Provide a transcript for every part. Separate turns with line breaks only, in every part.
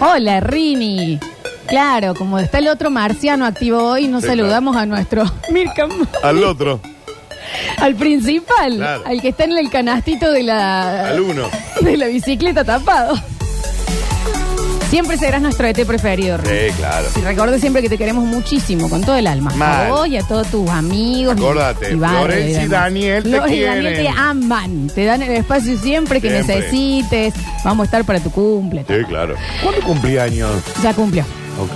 Hola, Rini. Claro, como está el otro marciano activo hoy, nos
Sí,
saludamos a nuestro Mirka,
Al otro,
al principal,
Claro.
al que está en el canastito de la,
al uno.
de la bicicleta tapado. Siempre serás nuestro ET preferido. Rini.
Sí, claro.
Y recuerda siempre que te queremos muchísimo, con todo el alma.
Mal.
A vos y a todos tus amigos.
Acordate, Florencia y
demás.
Daniel te
Florencia y Daniel
quieren.
te aman. Te dan el espacio siempre que
Siempre.
necesites. Vamos a estar para tu cumple.
Sí, claro. ¿Cuándo cumplí años?
Ya cumplió.
Ok.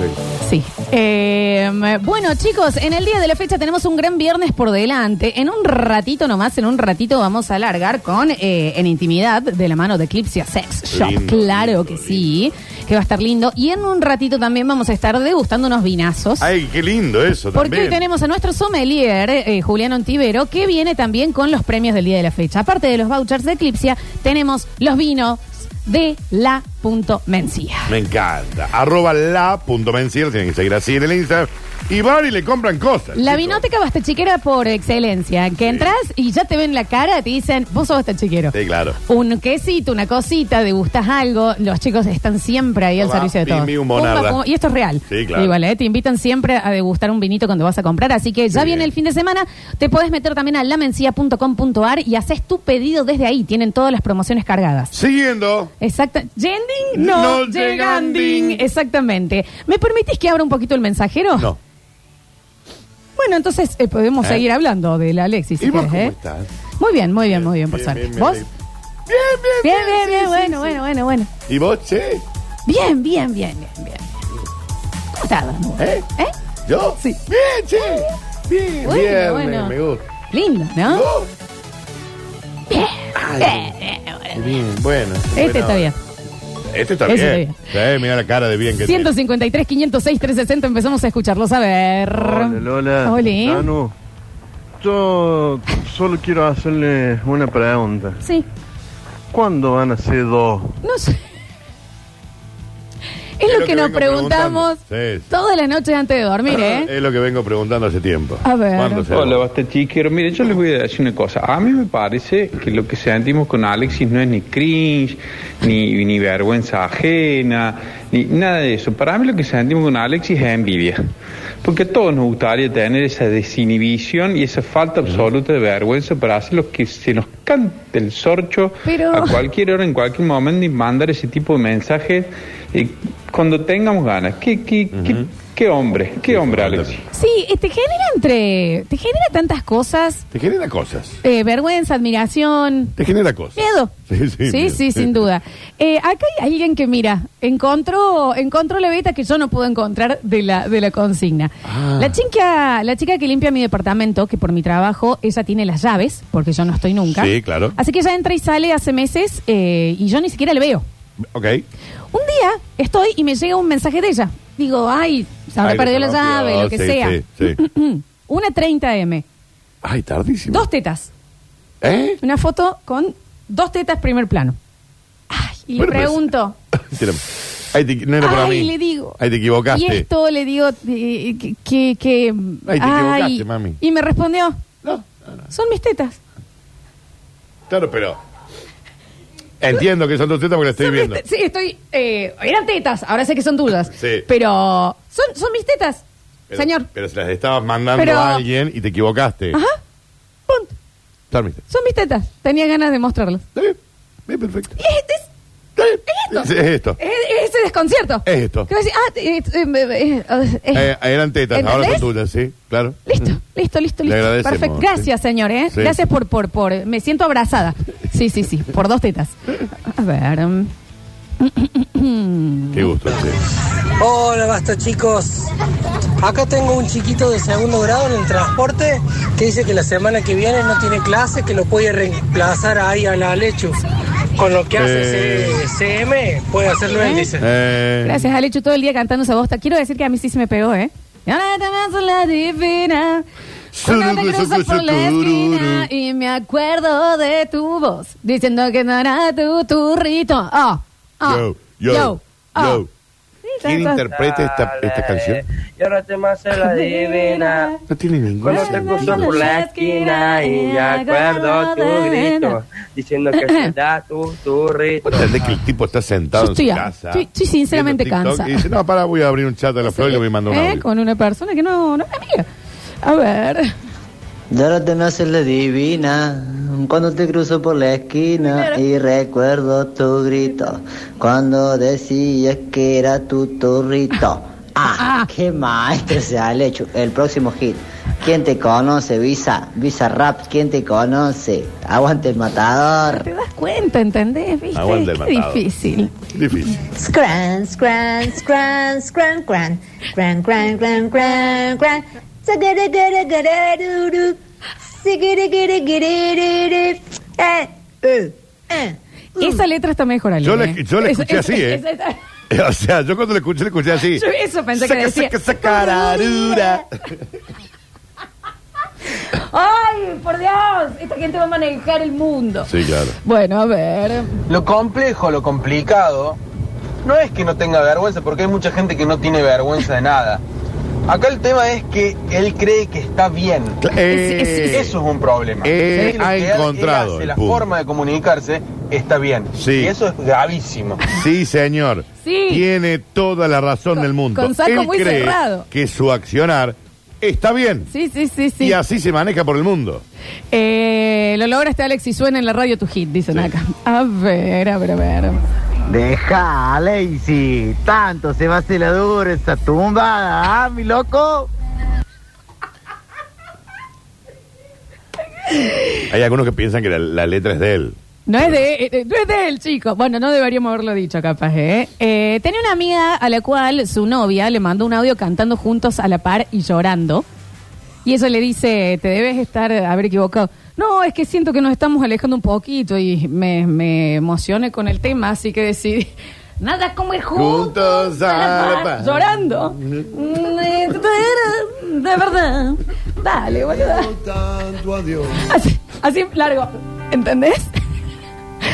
Sí. Eh, bueno, chicos, en el día de la fecha tenemos un gran viernes por delante. En un ratito nomás, en un ratito vamos a alargar con eh, En Intimidad de la mano de Eclipse Sex Shop.
Lindo,
claro
lindo,
que sí, que va a estar lindo. Y en un ratito también vamos a estar degustando unos vinazos.
Ay, qué lindo eso
Porque hoy
también.
tenemos a nuestro sommelier, eh, Julián Ontivero, que viene también con los premios del día de la fecha. Aparte de los vouchers de Eclipsia, tenemos los vinos de la punto Mencía.
Me encanta. Arroba la punto Menciel, tienen que seguir así en el Instagram. Y van y le compran cosas.
La
chicos.
vinoteca bastachiquera por excelencia, que entras y ya te ven la cara, te dicen, vos sos bastachiquero.
Sí, claro.
Un quesito, una cosita, degustas algo, los chicos están siempre ahí al
Toma,
servicio de
pim,
todos.
pim, un monarda.
Pumba, pum, y esto es real.
Sí, claro.
Igual, ¿eh? te invitan siempre a degustar un vinito cuando vas a comprar, así que ya
Sí.
viene el fin de semana, te puedes meter también a lamencia.com.ar y haces tu pedido desde ahí, tienen todas las promociones cargadas.
Siguiendo.
Exacto. ¿Yending? No,
No lleganding.
lleganding. Exactamente. ¿Me permitís que abra un poquito el mensajero?
No.
Bueno, entonces eh, podemos
¿Eh?
seguir hablando de la Alexis. si
¿Y vos
querés,
cómo
¿eh?
estás?
Muy bien, muy bien, muy bien, por suerte.
bien,
¿Vos?
bien.
Bien, bien, bien, bueno, bueno, bueno, bueno.
¿Y vos, che?
Bien, bien, bien, bien, bien. ¿Cómo estás, Bermudo?
¿Eh?
¿Eh?
¿Yo?
Sí.
Bien, che. Bien,
Bueno,
bien.
bueno.
Me gusta.
Lindo, ¿no?
¿Vos?
Bien.
Ay.
bien, bien, bueno.
Bien, bueno.
Este está
Bueno,
bien.
Este está
Ese
bien. Sí, mira la cara de bien que tiene.
153, 506, 360, empezamos a escucharlos. A ver.
Hola, Lola.
Oli.
Danu. Yo solo quiero hacerle una pregunta.
Sí,
¿Cuándo van a ser dos?
no sé. Es lo que, nos
vengo preguntando.
preguntamos
Sí, sí.
todas las noches antes de dormir, ¿eh?
Es lo que vengo preguntando hace tiempo.
A ver.
¿Cuándo se
Hola, basta chiquero. Mire, yo les voy a decir una cosa. A mí me parece que lo que sentimos con Alexis no es ni cringe, ni, ni vergüenza ajena, ni nada de eso. Para mí lo que sentimos con Alexis es envidia. Porque a todos nos gustaría tener esa desinhibición y esa falta absoluta de vergüenza para hacer lo que se nos cante el sorcho
Pero-
a cualquier hora, en cualquier momento y mandar ese tipo de mensajes eh, cuando tengamos ganas. ¿Qué, qué, qué, qué hombre, qué hombre, Alexis.
Sí, eh, te genera entre. Te genera tantas cosas.
Te genera cosas.
eh, vergüenza, admiración.
Te genera cosas.
Miedo.
Sí, sí. miedo.
sí, sin duda. Eh, acá hay alguien que mira, encontró, encontró la beta que yo no pude encontrar de la, de la consigna.
Ah.
La chica, la chica que limpia mi departamento, que por mi trabajo, ella tiene las llaves, porque yo no estoy nunca.
Sí, claro.
Así que ella entra y sale hace meses eh, y yo ni siquiera le veo.
Ok.
Un día estoy y me llega un mensaje de ella. Digo, ay, se habrá
Ay,
perdido
se
la
rompió.
llave, lo que
Sí,
sea.
sí, sí.
Una 30M.
Ay, tardísimo.
Dos tetas.
¿Eh?
Una foto con dos tetas primer plano. Ay, y le
Bueno, pero-
pregunto.
Tírame. Ahí te- no era para
ay,
mí.
le digo.
Ahí te equivocaste.
Y esto le digo eh, que... que, que-
Ahí te equivocaste, mami.
Y me respondió,
No, no, no.
son mis tetas.
Claro, pero. Entiendo que son dos tetas porque las estoy
Son mis
viendo.
te- sí, estoy... eh, eran tetas, ahora sé que son tuyas.
Sí.
Pero son, son mis tetas,
Pero-
señor.
Pero se las estabas mandando
Pero-
a alguien y te equivocaste.
Ajá, punto.
Está bien.
Son mis tetas. Tenía ganas de mostrarlas.
Está bien. Bien, perfecto.
Y es, es- esto.
Está bien. Es esto.
es- es ese desconcierto.
Es esto.
Que vos decís, ah, eh, eh, eh, eh, eh,
Eh, eran tetas,
¿Entendés?
ahora son tuyas, ¿sí? Claro.
Listo, listo, listo,
Le
listo.
agradecemos,
Perfecto.
sí.
Gracias, señor, ¿eh?
Sí.
Gracias por, por, por. Me siento abrazada. Sí, sí, sí. Por dos tetas. A ver. mm,
Qué gusto, sí.
Hola, basta chicos. Acá tengo un chiquito de segundo grado en el transporte que dice que la semana que viene no tiene clase, que lo puede reemplazar ahí a la Lechu. Con lo que hace
Eh.
ese CM, puede hacerlo él, dice.
Eh,
Gracias, Alechu, todo el día cantando esa bosta. Quiero decir que a mí sí se me pegó, ¿eh? Ahora te abrazo la divina. Cuando te cruzas por la esquina y me acuerdo de tu voz diciendo que no era tu turrito. Ah, ah,
Yo, yo,
ah.
yo.
Sí, ta,
¿Quién
ta.
interpreta esta, esta canción?
Y ahora te más se la divina.
No tiene ningún
Cuando te
sentido.
cruzo por la esquina y acuerdo tu grito, diciendo que se da tu, tu rito.
¿Vos entendés que el tipo está sentado
Yo estoy
en su
a-
casa?
estoy- estoy sinceramente
viendo TikTok
cansada.
Y dice, no, para, voy a abrir un chat a la flor y le voy a mandar un
¿Eh?
audio.
Con una persona que no, no es amiga. A ver.
Y ahora te me haces la divina cuando te cruzo por la esquina
Claro.
y recuerdo tu grito cuando decías que era tu turrito.
Ah.
Ah, qué maestro se ha hecho. El próximo hit. ¿Quién te conoce, Visa? Visa Rap, ¿quién te conoce? Aguante el matador.
Te das cuenta, ¿entendés? ¿Viste?
Aguanta el
Qué
Ah, matado.
difícil.
Difícil.
Scran, scran, scran, scran, scran, scran, scran, scran, scran, scran. Sagaragaragaraduru. Sigirigarigiriririr. Eh, eh, eh.
Esa letra está mejor, Ale.
Yo la- yo la escuché así, ¿eh?
esa- esa-
o sea, yo cuando lo escuché, lo escuché así.
Yo eso pensé que
Saca,
decía.
saca, sacararura.
¡Ay, por Dios! Esta gente va a manejar el mundo.
Sí, claro.
Bueno, a ver.
Lo complejo, lo complicado, no es que no tenga vergüenza, porque hay mucha gente que no tiene vergüenza de nada. Acá el tema es que él cree que está bien.
Cla- eh,
Es- es-
Eso es un problema.
Eh,
Él lo
ha
que él
encontrado
hace,
el
la
punto.
forma de comunicarse está bien.
Sí.
Y eso es gravísimo.
Sí, señor.
Sí.
Tiene toda la razón
Con-
del mundo.
con saco
Él
muy
cree
cerrado.
que su accionar está bien.
Sí, sí, sí, sí.
Y así se maneja por el mundo.
Eh, lo lograste, Alex, y suena en la radio tu hit, dicen
Sí.
acá. A ver, a ver, a ver.
Deja, Lazy. Tanto se va a hacer la dura esa tumbada, ¿ah, mi loco?
Hay algunos que piensan que la, la letra es de él.
No es, de, eh, eh, no es de él, chico. Bueno, no deberíamos haberlo dicho, capaz, ¿eh? Eh, Tenía una amiga a la cual su novia le mandó un audio cantando juntos a la par y llorando. Y eso le dice, te debes estar, haber equivocado. No, es que siento que nos estamos alejando un poquito y me, me emocioné con el tema, así que decidí... Nada como ir juntos,
Juntos
a la
a la
par",
par.
llorando. Mm, eh, De verdad. Dale, boludo. Así, así largo. ¿Entendés?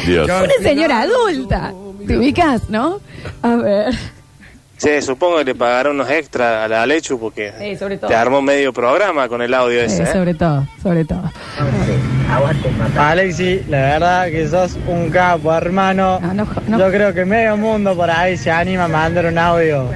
Dios.
Una señora adulta. ¿Te ubicas, no? A ver.
Sí, supongo que le pagaron unos extras a la Alechu porque
Sí, sobre todo.
te armó medio programa con el audio ese.
Eh,
¿eh?
sobre todo, sobre todo.
Alexi, la verdad que sos un capo, hermano.
No, no, no.
Yo creo que medio mundo por ahí se anima a mandar un audio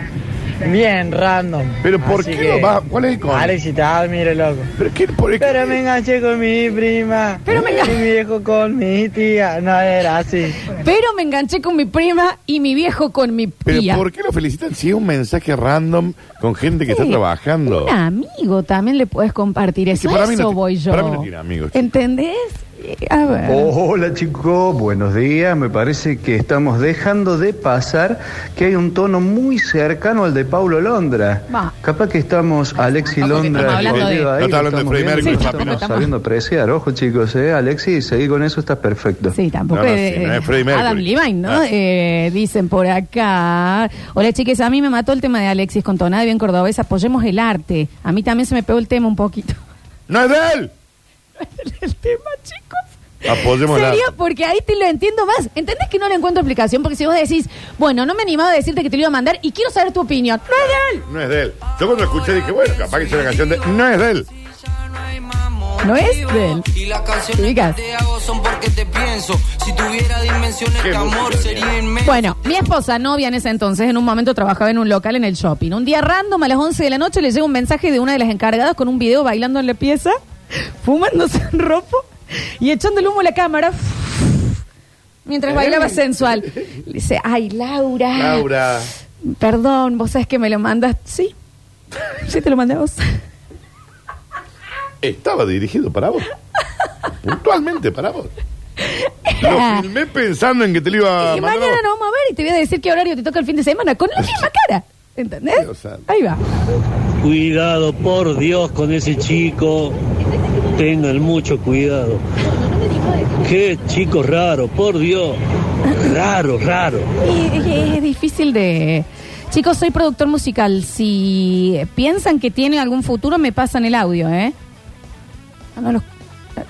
bien random.
Pero ¿por
Así
qué
que,
no va? ¿Cuál es el con?
Alexi, te admiro, loco.
¿Pero qué? ¿Por qué?
Pero me enganché con mi prima.
Pero me engan-
Y mi viejo con mi tía. No era así.
Pero me enganché con mi prima y mi viejo con mi
¿Pero
tía.
por qué lo felicitan si es un mensaje random con gente que está
Sí,
trabajando?
Un amigo también le puedes compartir
Es que
eso.
para mí no
eso
ti-
voy yo.
para mí no tiene amigos, chico.
¿Entendés? Eh, A ver.
Hola chicos, buenos días. Me parece que estamos dejando de pasar que hay un tono muy cercano al de Paulo Londra.
Va.
Capaz que estamos Alexi
Ojo, que estamos
Londra.
hablando
escondido
de-
ahí,
No está
lo
hablando de
estamos
Freddie
viendo,
Mercury,
lo
papi, no.
estamos sabiendo apreciar. Ojo chicos, eh, Alexi, seguir con eso está perfecto.
Sí, tampoco
No, no,
es- eh,
sí, no es Freddie Mercury.
Adam Levine, ¿no?
Ah.
Eh, dicen por acá. Hola, chiques, a mí me mató el tema de Alexis con tonada y bien cordobés. Apoyemos el arte. A mí también se me pegó el tema un poquito.
¡No es de él!
el tema, chicos.
Apoyemos el
Serio,
arte.
porque ahí te lo entiendo más. ¿Entendés que no le encuentro explicación? Porque si vos decís, bueno, no me animaba a decirte que te lo iba a mandar y quiero saber tu opinión. ¡No es de él!
No es de él. Yo cuando lo escuché dije, bueno, capaz que es una canción de... No es de él.
No es de él.
Y las canciones
Digas.
que te hago son porque te pienso. Si tuviera dimensiones
Qué
de amor
música,
sería
Daniel.
inmenso.
Bueno, mi esposa, novia en ese entonces, en un momento trabajaba en un local en el shopping. Un día random, a las 11 de la noche, le llega un mensaje de una de las encargadas con un video bailando en la pieza, fumándose en ropa y echando el humo a la cámara mientras bailaba sensual. Le dice, ay, Laura.
Laura.
Perdón, vos sabés que me lo mandas. Sí. Sí, te lo mandé a vos.
Estaba dirigido para vos. Puntualmente para vos. Lo filmé pensando en que te lo iba a
Ah. y
mandar. a
mañana
vos.
nos vamos a ver y te voy a decir qué horario te toca el fin de semana con la misma cara. ¿Entendés?
Dios santo.
Ahí va.
Cuidado, por Dios, con ese chico. Tengan mucho cuidado. Qué chico raro, por Dios. Raro, raro.
Y- y- y es difícil de... Chicos, soy productor musical. Si piensan que tiene algún futuro, me pasan el audio, ¿eh? Ah, no, los-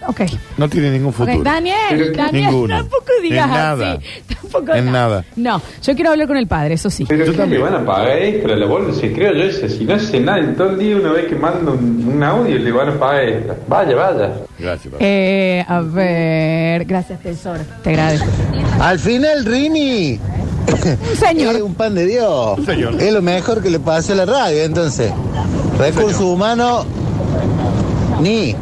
Ok.
No tiene ningún
Ok,
futuro.
Daniel, Daniel,
Ninguno.
tampoco digas
En nada.
así. Tampoco
En
no.
nada.
No, yo quiero hablar con el padre, eso sí.
Pero yo también van a pagar extra, la bolsa, si creo yo ese, si no hace nada en todo el día, una vez que mando un, un audio le van a pagar extra. Vaya, vaya.
Gracias,
Eh, a ver, gracias, tesoro. Te agradezco.
Al final, Rini.
Un señor.
un pan de Dios. Es lo mejor que le pasó a la radio, entonces. Recursos humanos. Ni.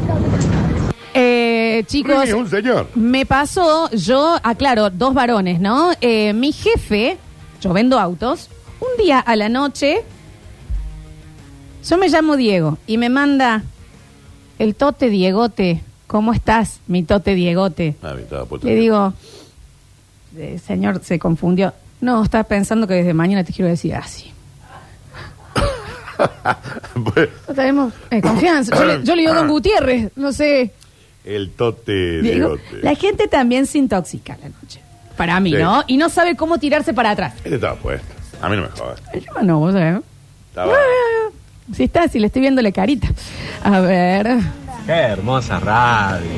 Eh, chicos,
Rini es un señor.
me pasó, yo, aclaro, dos varones, ¿no? Eh, mi jefe, yo vendo autos, un día a la noche, yo me llamo Diego y me manda el tote Diegote, ¿cómo estás, mi tote Diegote?
Ah, bien, estaba puesto
Le
bien.
digo, eh, señor, se confundió. No, estaba pensando que desde mañana te quiero decir ah, así.
Pues,
No tenemos eh, confianza. Yo le, yo le digo Don Gutiérrez, no sé.
El tote
Digo,
de
la gente también se intoxica a la noche. Para mí,
Sí.
¿no? Y no sabe cómo tirarse para atrás.
Él estaba puesto. A mí no me jodas.
Yo no, vos sabés. Ah,
Estaba.
Si está, si le estoy viendo la carita. A ver.
Qué hermosa radio.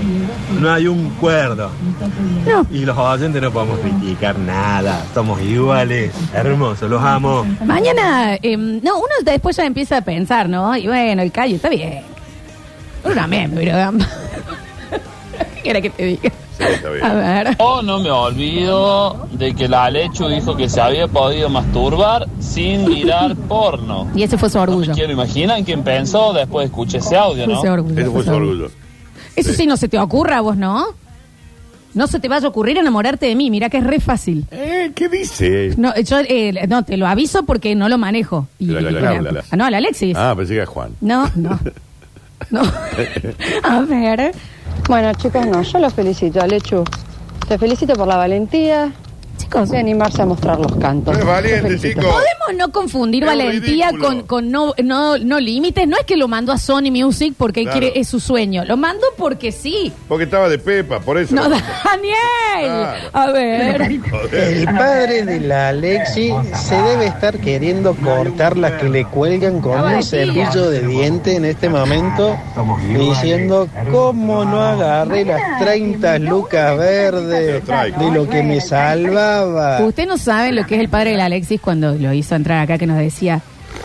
No hay un cuerdo. Y los oyentes no podemos criticar nada. Somos iguales. Hermosos, los amo.
Mañana, eh, no, uno después ya empieza a pensar, ¿no? Y bueno, el callo está bien. Uno también me hubiera dado. ¿Qué querés que te diga? A ver.
Yo Oh, no me olvido de que la Alechu dijo que se había podido masturbar sin mirar porno.
Y ese fue su orgullo.
Quiero imaginar quién pensó después escuché ese audio, ¿no?
Ese orgullo, Ese fue ese su orgullo. Eso sí no se te ocurra a vos, ¿no? No se te vaya a ocurrir enamorarte de mí, mira que es re fácil.
Eh, ¿qué dice?
No, eh, yo eh, no, te lo aviso porque no lo manejo. Y-
La- la- la-
y-
la- la- la.
Ah, no, el Alexis.
Ah, pensé que era Juan.
No, no. A ver.
Bueno, chicos, no, yo los felicito, Alechu. Te felicito por la valentía.
Chicos.
De animarse a mostrar los cantos.
No es valiente,
Te felicito.
Podemos no confundir
Es
valentía
ridículo.
con, con no, no, no límites. No es que lo mandó a Sony Music porque
Claro.
quiere, es su sueño. Lo mando porque sí.
Porque estaba de Pepa, por eso.
No, Daniel. A ver.
El padre de la Alexi se debe estar queriendo cortar las que le cuelgan con un cepillo de diente en este momento, diciendo cómo no agarré las 30 lucas verdes de lo que me salvaba.
Pues Usted no sabe lo que es el padre del Alexis cuando lo hizo entrar acá, que nos decía,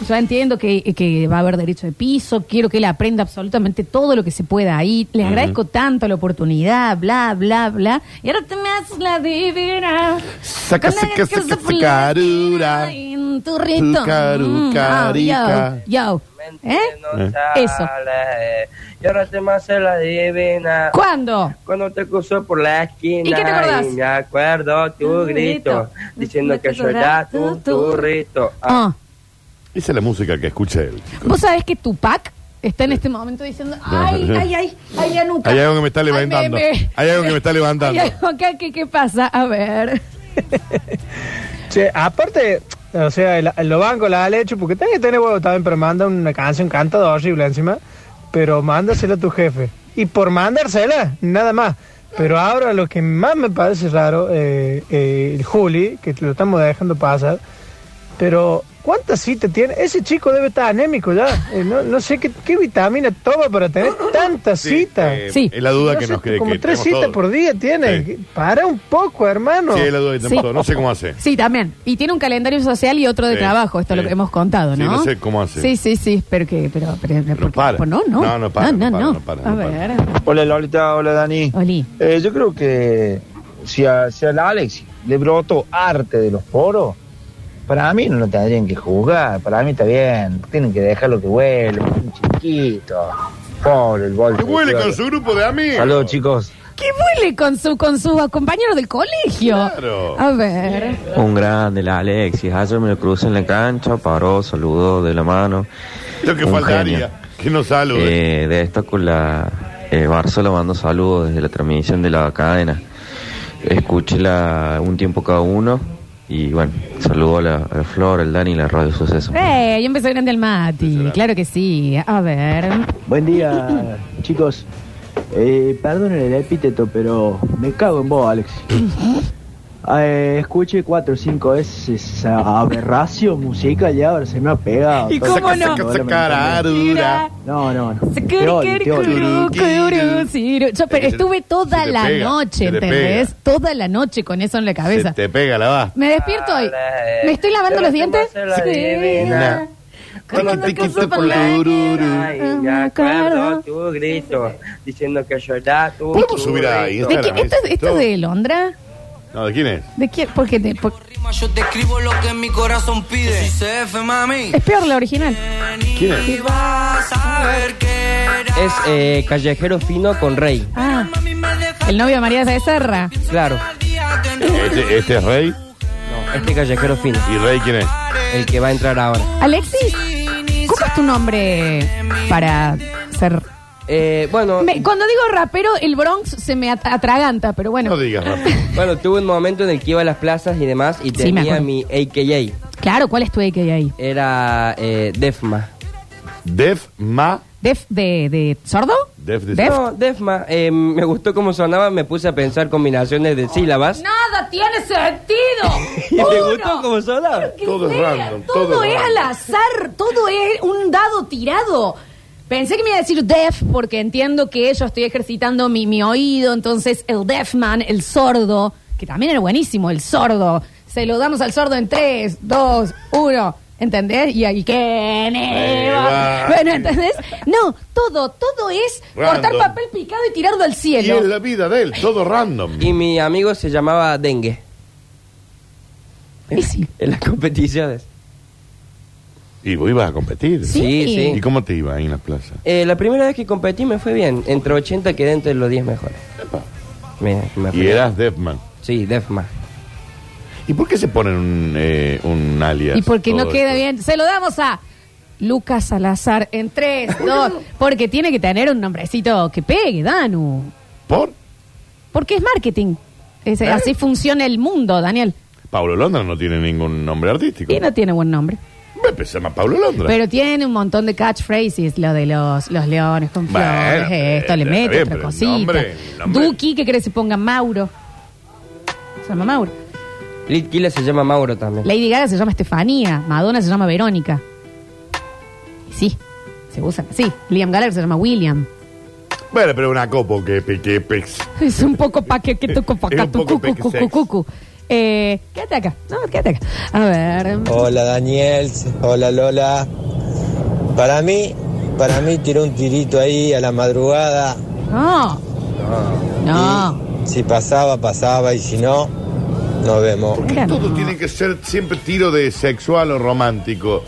yo entiendo que, que va a haber derecho de piso, quiero que él aprenda absolutamente todo lo que se pueda ahí, le
Ujú.
agradezco tanto la oportunidad, bla, bla, bla, y ahora te me haces la divina.
Saca, saca, saca, saca, carura.
En tu rito.
Pucaru,
Mm, oh,
carica.
yo, yo. ¿Eh?
Eh.
Eso.
Sale, Y ahora te me hace la divina.
¿Cuándo?
Cuando te cruzó por la esquina.
¿Y qué te acordás? Ah,
y me acuerdo tu grito. Diciendo que yo era tu turrito.
Ah.
Esa es la música que escucha él. chicos.
Vos sabés que Tupac está en este momento diciendo, ay, ay, ay, ay, la nuca.
Hay algo que me está
Ay,
levantando.
me-
Hay algo que me está levantando.
Ay, acá, ¿qué, ¿Qué pasa? A ver.
Che, aparte, o sea, el- lo banco, la ha hecho, porque tenés que tener huevo también, pero manda una canción, canta horrible encima, pero mándasela a tu jefe. Y por mandársela, nada más. Pero ahora lo que más me parece raro, eh, eh, el Juli, que lo estamos dejando pasar, pero ¿cuántas citas tiene? Ese chico debe estar anémico ya. Eh, no, no sé qué, qué vitamina toma para tener tantas citas.
eh, Sí. es la duda que nos quede-
Como
que
tres
tenemos
citas
todos.
por día tiene. Para un poco, hermano.
Sí, es la duda que tenemos
Sí.
todos. No sé cómo hace.
Sí, también. Y tiene un calendario social y otro de
Sí,
trabajo. Esto es
sí.
lo que hemos contado,
Sí,
¿no?
no sé cómo hace.
Sí, sí, sí. Pero que, pero, pero, porque- pues no, no.
No, no para,
No, no,
no
no.
para, no para,
A
no
ver.
Hola Lolita, hola Dani. Eh, yo creo que si a, si al Alex le broto arte de los poros, para mí no lo tendrían que juzgar, para mí está bien, tienen que dejar lo que huele, un chiquito, pobre el bolso.
Que huele con su grupo de amigos.
Saludos chicos.
¿Qué huele con su con sus compañeros del colegio? Claro.
Ah.
A ver.
Un grande, la Alexis. Ayer me lo crucé en la cancha, paró, saludó de la mano.
Lo que
Un
faltaría,
genio.
que no salude.
Eh, de esta con la eh, Barzola mando saludos desde la transmisión de la cadena. Escuché la, un tiempo cada uno y bueno, saludo a la, a la Flor, al Dani y la Radio Suceso.
¡Eh! Yo empecé grande el Mati. Claro que sí. A ver.
Buen día, chicos. Eh, perdonen el epíteto, pero me cago en vos, Alex.
eh, escuché cuatro o cinco veces esa aberración musical y ahora se me ha pegado.
¿Y
Todo
cómo
el
no?
mundo,
Saca, saca,
lamentablemente.
cararura.
No, no, no. Te odio, te odio.
Yo pero estuve toda
Eh, se te
la
pega,
noche,
se te
¿entendés? Toda la noche con eso en la
Se
cabeza.
te pega la va.
Me despierto hoy. ¿Me estoy lavando los dientes?
eh. la divina. Ay, me
Ah,
acuerdo tu grito, diciendo que yo era tu.
¿Podemos subir a
¿De qué-
Instagram?
¿Esto, es- esto es de Londra?
No, ¿de quién es?
¿De quién? ¿Por qué? te- por-
Yo te escribo lo que mi corazón pide. CF, mami.
Es peor la original.
¿Quién es? Vas a ver que
Es eh, Callejero Fino con Rey.
Ah, el novio de María Becerra.
Claro.
¿Este, este es Rey?
No, este Callejero Fino.
¿Y Rey quién es?
El que va a entrar ahora.
Alexis, ¿cómo es tu nombre para ser...
Eh, bueno,
Me- cuando digo rapero, el Bronx se me at- atraganta, pero bueno.
bueno, tuve un momento en el que iba a las plazas y demás y
Sí, me
tenía
acuerdo.
mi AKA.
Claro, ¿cuál es tu AK ahí?
Era eh, Defma.
¿Defma?
¿Def de, de sordo?
Def
Def.
No, Defma. Eh, me gustó cómo sonaba, me puse a pensar combinaciones de sílabas.
Nada tiene sentido.
¿Y te gustó cómo sonaba?
Todo es random.
Todo, es al azar, todo es un dado tirado. Pensé que me iba a decir deaf porque entiendo que yo estoy ejercitando mi, mi oído, entonces el deaf man, el sordo, que también era buenísimo, el sordo. Se lo damos al sordo en 3, 2, 1. ¿Entendés? Y ahí que neva.
va.
Bueno, ¿entendés? No, todo, todo es
Random.
cortar papel picado y tirarlo al
Y
cielo.
es la vida de él, todo random.
Y mi amigo se llamaba Dengue. En las competiciones.
¿Y vos ibas a competir?
Sí, Sí. sí.
¿Y cómo te iba ahí en la plaza?
Eh, la primera vez que competí me fue bien. Entre 80 quedé entre los 10 mejores. Mira, me fue
Y
bien.
eras Defman.
Sí, Defman.
¿Y por qué se ponen un, eh, un alias?
Y porque no
todo
queda bien. Se lo damos a Lucas Salazar en 3, 2. Porque tiene que tener un nombrecito que pegue, Danu.
¿Por?
Porque es marketing. Es- Así funciona el mundo, Daniel.
esto? Pablo Londra no tiene ningún nombre artístico.
Y no tiene buen nombre.
Pepe se llama Pablo Londra.
Pero tiene un montón de catchphrases, lo de los, los leones con
Bueno, eh,
flores, esto, le
está
mete
bien,
otra
pero el
cosita.
nombre, el nombre.
Duki, que cree que se ponga Mauro. Se llama Mauro.
Lit Killah se llama Mauro también.
Lady Gaga se llama Estefanía, Madonna se llama Verónica. Y sí, se usan. Sí, Liam Gallagher se llama William.
Bueno, pero una copo que pues, pique pex.
Es un poco pa' que que toco pa'
Es
acá,
un
tu
poco
cucu, cucu,
pequesex.
cucu. Eh, quédate acá, no, quédate acá. A ver.
Oh.
Hola Daniel, hola Lola. Para mí, para mí tiró un tirito ahí a la madrugada.
No,
Oh.
no.
Y si pasaba, pasaba y si no, nos vemos.
Todo tiene que ser siempre tiro de sexual o romántico.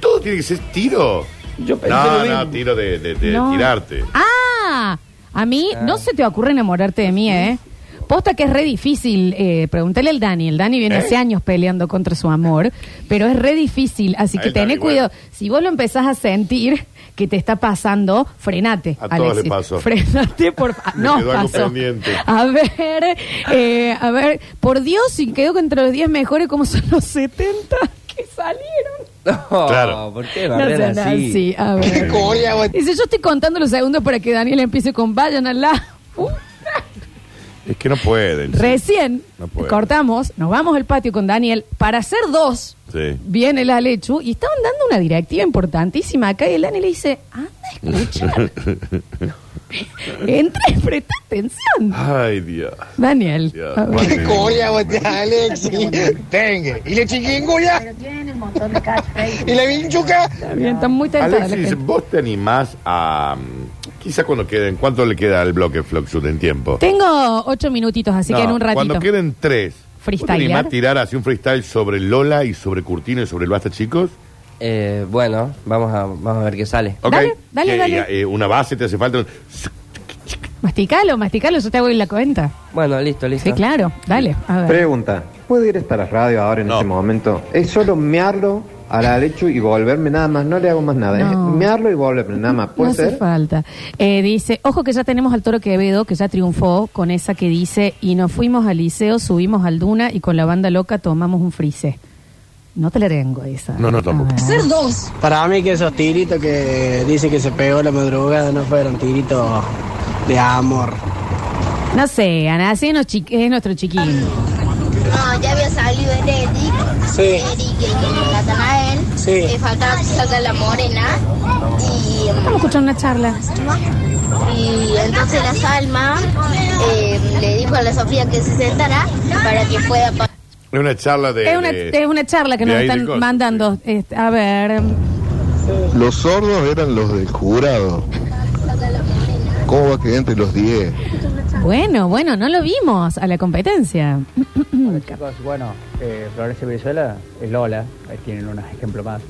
Todo tiene que ser tiro. Yo
pensé
no,
lo mismo.
no, tiro de, de- de
No.
tirarte.
Ah, a mí no se te ocurre enamorarte de mí, ¿eh? Posta que es re difícil, eh, pregúntale al Dani. El Dani viene
¿Eh?
hace años peleando contra su amor, pero es re difícil, así
A
que
él Dani,
tené cuidado. Si vos lo empezás a sentir que te está pasando, frenate.
A todos le pasó.
Frenate, por fa-
Me
No,
quedó algo
pasó.
pendiente.
A ver, eh, a ver, por Dios, si quedó entre los 10 mejores, ¿cómo son los 70 que salieron? Oh.
claro. ¿Por qué
No
barrer
sean
así?
así, a ver. Dice, yo estoy contando los segundos para que Daniel empiece con vayan al lado.
Es que no pueden.
Recién
No puede.
cortamos, nos vamos al patio con Daniel para hacer dos.
Sí.
Viene la Lechu y estaban dando una directiva importantísima acá y el Dani le dice, anda, escucha, entra y presta atención.
Ay, Dios.
Daniel.
Dios.
a ver.
Bueno,
Coria, Alexi. Tengue. Y le chiquinguya. Y la vinchuca.
Bien, están muy tentadas la
Alexis,
gente.
vos te animás a. mm, Quizá cuando queden. ¿Cuánto le queda al bloque Floxut en tiempo?
Tengo ocho minutitos, así
No,
que en un ratito.
Cuando queden tres. ¿vos te animás a
Freestylear.
tirar así un freestyle sobre Lola y sobre Curtino y sobre el Basta, chicos?
Eh, bueno, vamos a, vamos a ver qué sale.
Ok.
Dale, dale,
Que,
dale.
eh, una base te hace falta.
Masticalo, masticalo, yo te hago la cuenta.
Bueno, listo, listo.
Sí, claro, dale. A ver.
Pregunta, ¿puedo ir hasta la radio ahora en este momento? Es solo mearlo a la derecha y volverme nada más, no le hago más nada.
No.
Es mearlo y volverme nada más.
No
¿Puede
hace
ser?
falta. Eh, dice, ojo que ya tenemos al Toro Quevedo, que ya triunfó con esa que dice, y nos fuimos al liceo, subimos al Duna y con la banda loca tomamos un frise. No te la tengo esa.
No, no, tampoco.
Ser dos.
Para mí que esos tiritos que dice que se pegó la madrugada no fueron tiritos de amor.
No sé, Ana, así es, nos chiqui- es nuestro chiquillo.
No, ya había salido el Eric.
Sí.
Eric, el Natanael.
Sí.
Eh, faltaba que salga la morena. Y.
Vamos a escuchar una charla.
Y entonces la Salma eh, le dijo a la Sofía que se sentara para que pueda pasar.
Es una charla de.
Es una,
de-
es una charla que
de
nos
ahí del
están
coso.
mandando. Eh, a ver.
Los sordos eran los del jurado. ¿Cómo va a quedar entre los 10?
Bueno, bueno, no lo vimos a la competencia.
Chicos, bueno, eh, Florencia Brizuela es Lola, ahí tienen unos ejemplos más.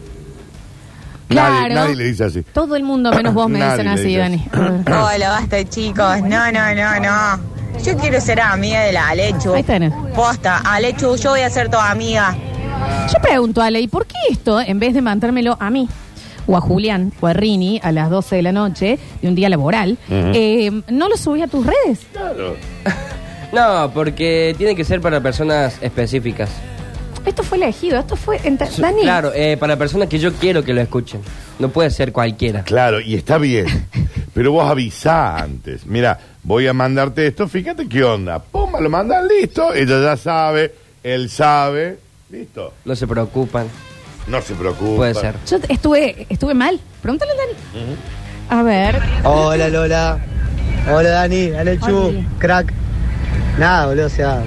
Nadie,
Claro.
nadie le dice así.
Todo el mundo menos vos me
Nadie
dicen
le
así,
dice
Dani.
Hola, basta chicos. No, no, no, no. Yo quiero ser amiga de la Alechu.
Ahí tenés.
Posta, Alechu, yo voy a ser tu amiga.
Yo pregunto, Ale, ¿y por qué esto, en vez de mandármelo a mí, o a Julián, o a Rini, a las 12 de la noche, de un día laboral,
Ujú.
eh, no lo subí a tus redes?
No, porque tiene que ser para personas específicas.
Esto fue elegido, esto fue... entre- Dani,
Claro, eh, para personas que yo quiero que lo escuchen. No puede ser cualquiera.
Claro, y está bien. Pero vos avisá antes. Mira, voy a mandarte esto, fíjate qué onda. Pum, lo mandan listo. Ella ya sabe, él sabe. Listo.
No se preocupan.
No se preocupan.
Puede ser.
yo t- estuve, estuve mal. Pregúntale a Dani. A ver.
Hola Lola. Hola Dani. Alechu,
Hola.
crack. Nada, boludo, o sea.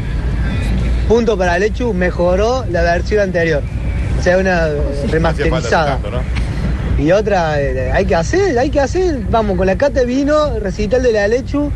Punto para Alechu, mejoró la versión anterior. O sea, una eh, remasterizada. Y otra, eh, hay que hacer, hay que hacer. Vamos, con la cata de vino, recital de la Alechu.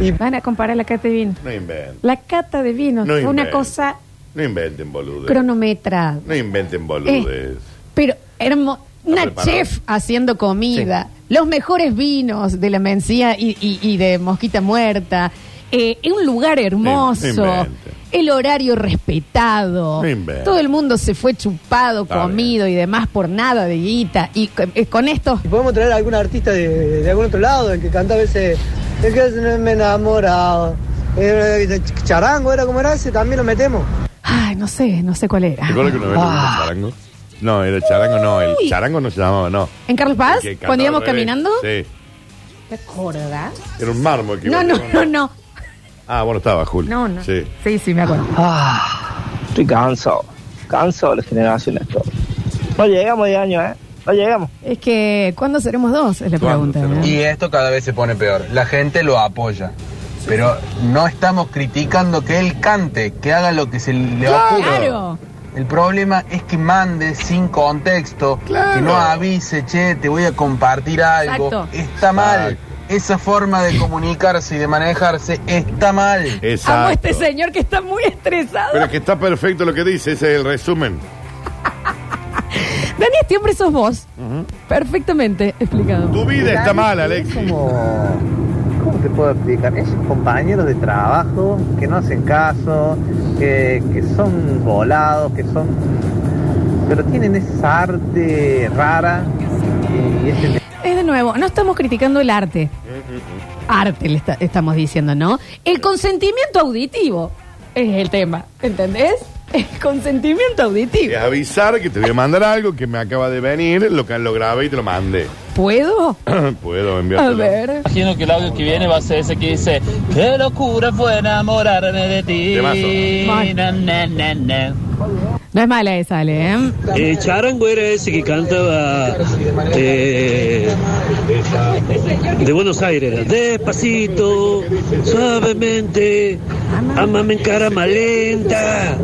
Y...
Van a comparar la cata de vino.
No inventen.
La cata de vino
No
fue una
inventes.
cosa
No inventen boludes.
cronometrada.
No inventen boludes.
Pero hermo- una
preparado.
chef haciendo comida, los mejores vinos de la Mencía y, y- y de Mosquita Muerta, eh, en un lugar hermoso,
No
el horario respetado,
No inventes.
todo el mundo se fue chupado,
Está
comido y demás por nada de guita. Y co- eh, con esto...
Podemos traer a algún artista de, de algún otro lado, el que canta a veces, el que se me he enamorado. Eh, de ch- charango era como era ese, también lo metemos.
Ay, no sé, no sé cuál
¿Te
era.
acuerdas que una vez le
Ah.
vimos charango? No, era charango, no. El
Uy.
charango no se llamaba, no.
¿En Carlos Paz?
Que cantaba
Cuando íbamos
al revés.
caminando.
Sí.
¿Te acordás?
Era un mármol que
No, no, no, no.
Ah, bueno, estaba Julio.
No, no.
Sí.
Sí, sí, me acuerdo.
Estoy cansado, cansado de las generaciones. No llegamos de año, ¿eh? No llegamos.
Es que, ¿cuándo seremos dos? Es la pregunta. ¿no?
Y esto cada vez se pone peor. La gente lo apoya. Pero no estamos criticando que él cante, que haga lo que se le ocurra.
Claro.
El problema es que mande sin contexto,
Claro.
que no avise, che, te voy a compartir algo.
Exacto.
Está mal. Esa forma de comunicarse y de manejarse está mal.
Amo a
Exacto.
este señor que está muy estresado.
Pero que está perfecto lo que dice, ese es el resumen.
Dani, este hombre sos vos. Perfectamente explicado.
Tu vida está mal, Alexis.
¿Cómo te puedo explicar? Es compañeros de trabajo que no hacen caso, que, que son volados, que son... Pero tienen esa arte rara y ese-
Es de nuevo, no estamos criticando el arte. Arte le está- estamos diciendo, ¿no? El consentimiento auditivo es el tema, ¿entendés? El consentimiento auditivo.
Es avisar que te voy a mandar algo que me acaba de venir, lo, que- lo grabé y te lo mandé.
¿Puedo?
Puedo
A
enviártelo.
ver.
Imagino que el audio que viene va a ser ese que dice Qué locura fue enamorarme de ti
Temazo.
Na, na, na, na.
No es mala esa, Ale, ¿eh?
Eh, Charango era ese que cantaba eh, de Buenos Aires, era, despacito, suavemente, amame en carama lenta.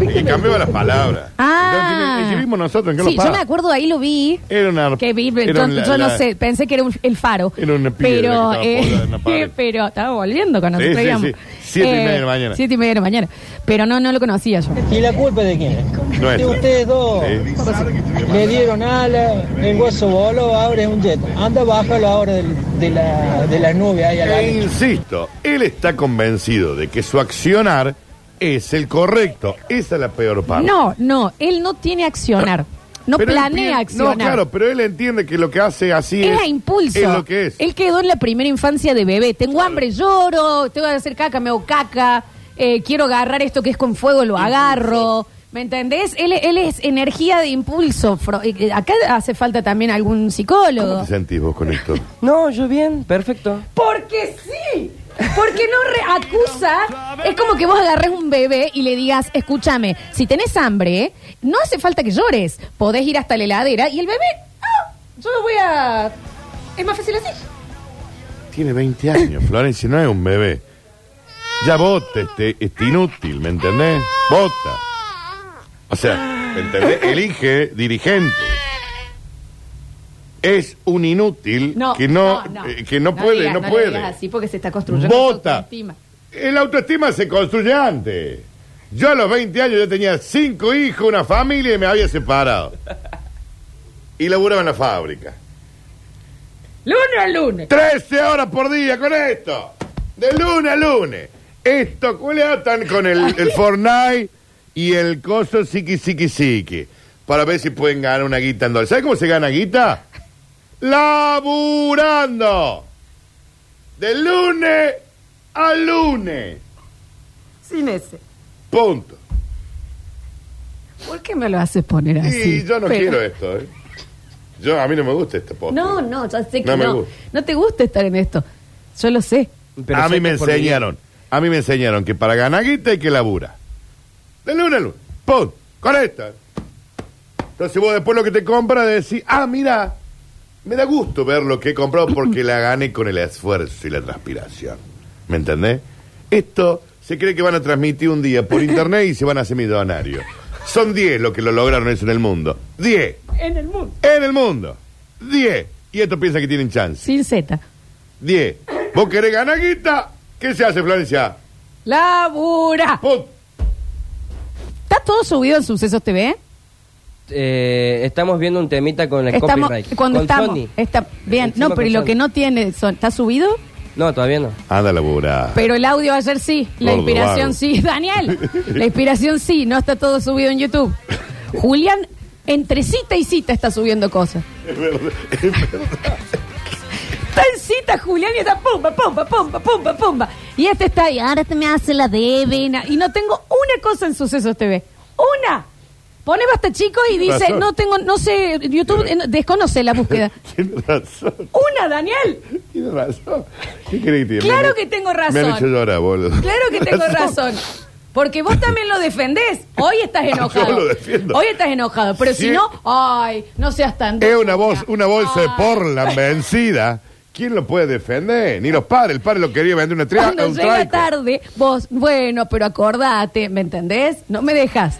Y cambiaba las palabras.
Ah.
Entonces, escribimos nosotros en Carlos
Sí, yo me
Paz.
acuerdo, ahí lo vi.
Era una.
Que vi,
era
yo,
un- la-
yo no
la-
sé, pensé que era un- el faro.
Era una piedra
pero,
que estaba
eh,
colgada en la pared.
pero estaba volviendo con nosotros.
Sí, sí,
digamos. Eh,
sí. Siete y media de la mañana.
Siete y media de la mañana. Pero no, no lo conocía yo.
¿Y la culpa de quién es?
Nuestra.
De ustedes dos.
Sí.
Le dieron ala, el hueso voló, ahora es un jet. Anda, bájalo ahora del- de, la, de las nubes ahí a la
E insisto, él está convencido de que su accionar es el correcto. Esa es la peor parte.
No, no, él no tiene accionar. No
Pero él
planea
pi-
accionar.
No, claro, pero él entiende que lo que hace así
Es
es.
a impulso.
Es lo que es.
Él quedó en la primera infancia de bebé. Tengo hambre, lloro, tengo que hacer caca, me hago caca, eh, quiero agarrar esto que es con fuego, lo agarro. ¿Me entendés? Él, él es energía de impulso. Fro- eh, eh, Acá hace falta también algún
¿Cómo
psicólogo.
te sentís vos con esto?
No, yo bien, perfecto.
Porque sí, Porque no re- acusa. Es como que vos agarres un bebé y le digas, escúchame, si tenés hambre, no hace falta que llores. Podés ir hasta la heladera y el bebé, ah, yo voy a. Es más fácil así.
Tiene 20 años, Florencia, no es un bebé. Ya vota, este, este inútil, ¿me entendés? Vota. O sea, ¿me entendés? Elige dirigente. Es un inútil que no, eh, que no, puede,
digas-
no,
le
puede.
digas así porque se está construyendo. su
Vota.
autoestima.
El autoestima se construye antes. Yo a los 20 años yo tenía cinco hijos, una familia y me había separado. Y laburaba en la fábrica.
Lunes a lunes.
13 horas por día con esto. De lunes a lunes. Esto culeatan con el, el Fortnite y el coso psiqui psiqui psiqui. Para ver si pueden ganar una guita en dólares. ¿Sabes cómo se gana guita? Laburando. De lunes a lunes.
Sin ese.
Punto.
¿Por qué me lo haces poner
Y
así?
yo no
Pero-
quiero esto, ¿eh? Yo, a mí no me gusta este post.
No, no, ya sé que
No
no.
me
No,
gusta.
te gusta estar en esto. Yo lo sé.
a mí me enseñaron, a mí me enseñaron que para ganar guita hay que labura. De luna a luna. ¡Pum! Con esta. Entonces vos después lo que te compras decís, ah, mira, me da gusto ver lo que he comprado porque la gané con el esfuerzo y la transpiración. ¿Me entendés? Esto se cree que van a transmitir un día por internet y se van a hacer millonarios. Son 10 los que lo lograron eso en el mundo. 10.
En el mundo.
En el mundo. 10. Y estos piensan que tienen chance.
Sin Z.
10. ¿Vos querés ganar guita? ¿Qué se hace, Florencia?
¡Labura! ¿Está todo subido en Sucesos TV?
Eh, estamos viendo un temita con el
Estamos,
copyright.
cuando
con
estamos.
Sony.
Está, bien,
Encima
no, pero
con
y lo
Sony.
que no tiene. Son, ¿Está subido?
No, todavía no.
Anda a laburar.
Pero el audio ayer sí. La
Gordo,
inspiración
vago.
sí. Daniel, la inspiración sí. No está todo subido en YouTube. Julián, entre cita y cita está subiendo cosas.
Es verdad, es verdad.
Está en cita Julián y está pumba, pumba, pumba, pumba, pumba. Y este está ahí, ahora te me hace la devena. Y no tengo una cosa en Sucesos TV. ¡Una! Pone basta chico y
Tienes
dice,
razón.
no tengo, no sé, YouTube eh, no- desconoce la búsqueda.
Tiene razón,
¡Una, Daniel!
tiene razón. ¿Qué crees que tiene?
Claro
Me han-
que tengo
Me han
razón.
hecho llorar, boludo.
Claro que tengo razón. Porque vos también lo defendés. Hoy estás enojado.
Yo lo defiendo.
Hoy estás enojado. Pero si
Sí.
no, ay, no seas tan
Es
duro.
una, voz, una bolsa de porlan vencida. ¿Quién lo puede defender? Ni los padres. El padre lo quería vender una tria,
Cuando
un
llega
traico.
tarde, vos, bueno, pero acordate, ¿me entendés? No me dejas.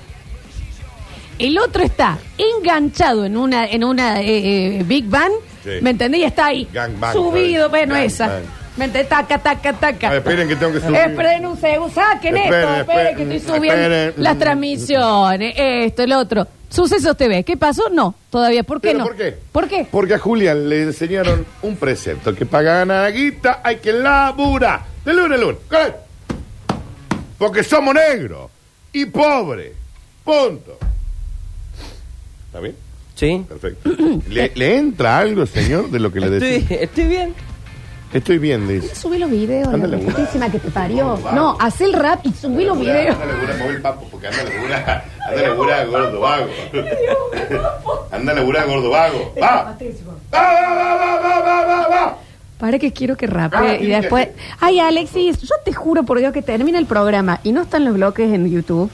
El otro está enganchado en una, en una eh, eh, Big Bang,
Sí.
¿me entendés? Y está ahí,
Gangbang,
subido,
Florencia.
bueno,
Gangbang.
esa. ¿Me entendés? Taca, taca, taca.
A ver, Ah, esperen que tengo que subir.
Esperen un segundo, saquen
Esperen,
esto, esperen que
esperen,
estoy subiendo
esperen.
las transmisiones, esto, el otro. Sucesos TV, ¿qué pasó? No, todavía, ¿por qué
¿Pero
no?
por qué?
¿Por qué?
Porque a Julián le enseñaron un precepto: que para ganar guita hay que laburar. De luna a luna. Correcto. Porque somos negros y pobres. Punto. ¿Está bien?
Sí.
Perfecto. ¿Le, le entra algo, señor, de lo que le decís?
Estoy, estoy bien.
Estoy bien, dice.
Subí los videos,
Ándale,
la
bueno.
putísima que te parió.
Vamos.
No, hacé el rap y subí los videos.
Anda labura, mover el papo, porque anda labura, anda labura, gordo vago. Anda labura, gordo vago. ¡Va!
Para que quiero que rape
Ah,
y
sí,
después. Ay, Alexis, yo te juro por Dios que termina el programa y no están los bloques en YouTube.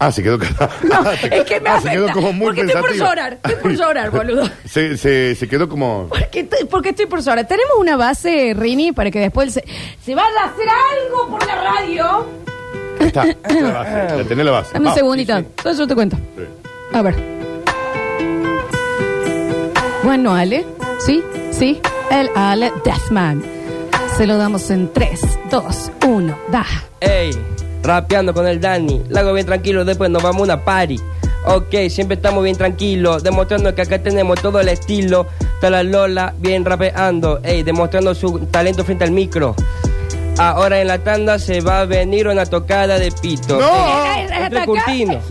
Ah, se quedó.
No, es que me
Ah, se quedó
afecta.
como muy
porque estoy por
pensativo.
llorar, estoy por llorar, boludo.
Se, se, se quedó como.
Porque estoy, porque estoy por llorar. Tenemos una base, Rini, para que después se, se vaya a hacer algo por la radio.
Está, está la base. Ya tenés la base.
Dame un
Va.
segundito. Entonces yo te cuento.
Sí.
A ver. Bueno, Ale. Sí, sí. El Ale Deathman. Se lo damos en 3, 2, 1. Da.
Ey, rapeando con el Dani. La hago bien tranquilo, después nos vamos a una party. Ok, siempre estamos bien tranquilos, demostrando que acá tenemos todo el estilo. Está la Lola bien rapeando, ey, demostrando su talento frente al micro. Ahora en la tanda se va a venir una tocada de pito.
¡No!
Ey,
Es- es
entre
atacar.
curtinos.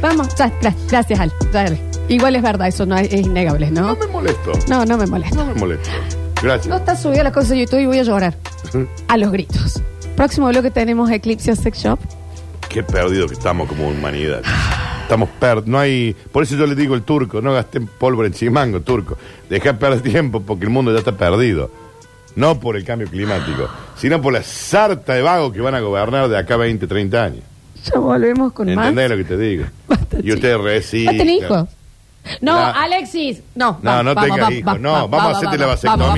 Vamos, ya, gra- gracias, Ale. Dale. Igual es verdad, eso no es, es innegable, ¿no? No me
molesto.
No, no me molesta.
No me molesto.
No
Gracias.
está subida las cosas de YouTube y voy a llorar. A los gritos. Próximo bloque tenemos Eclipse Sex Shop.
Qué perdido que estamos como humanidad. Estamos per no hay. Por eso yo le digo el turco, no gasten pólvora en chimango, turco. Deja perder tiempo porque el mundo ya está perdido. No por el cambio climático, sino por la sarta de vagos que van a gobernar de acá 20, 30 años.
Ya volvemos con más.
¿Entendés lo que te digo? y ustedes
¿Va a
resisten.
tener hijos? No,
La-
Alexis. No,
No,
va,
no
vamos,
tengas
va,
hijos.
va,
No,
va,
vamos a
va,
hacerte
va,
la
va, va, va,
vasectomía.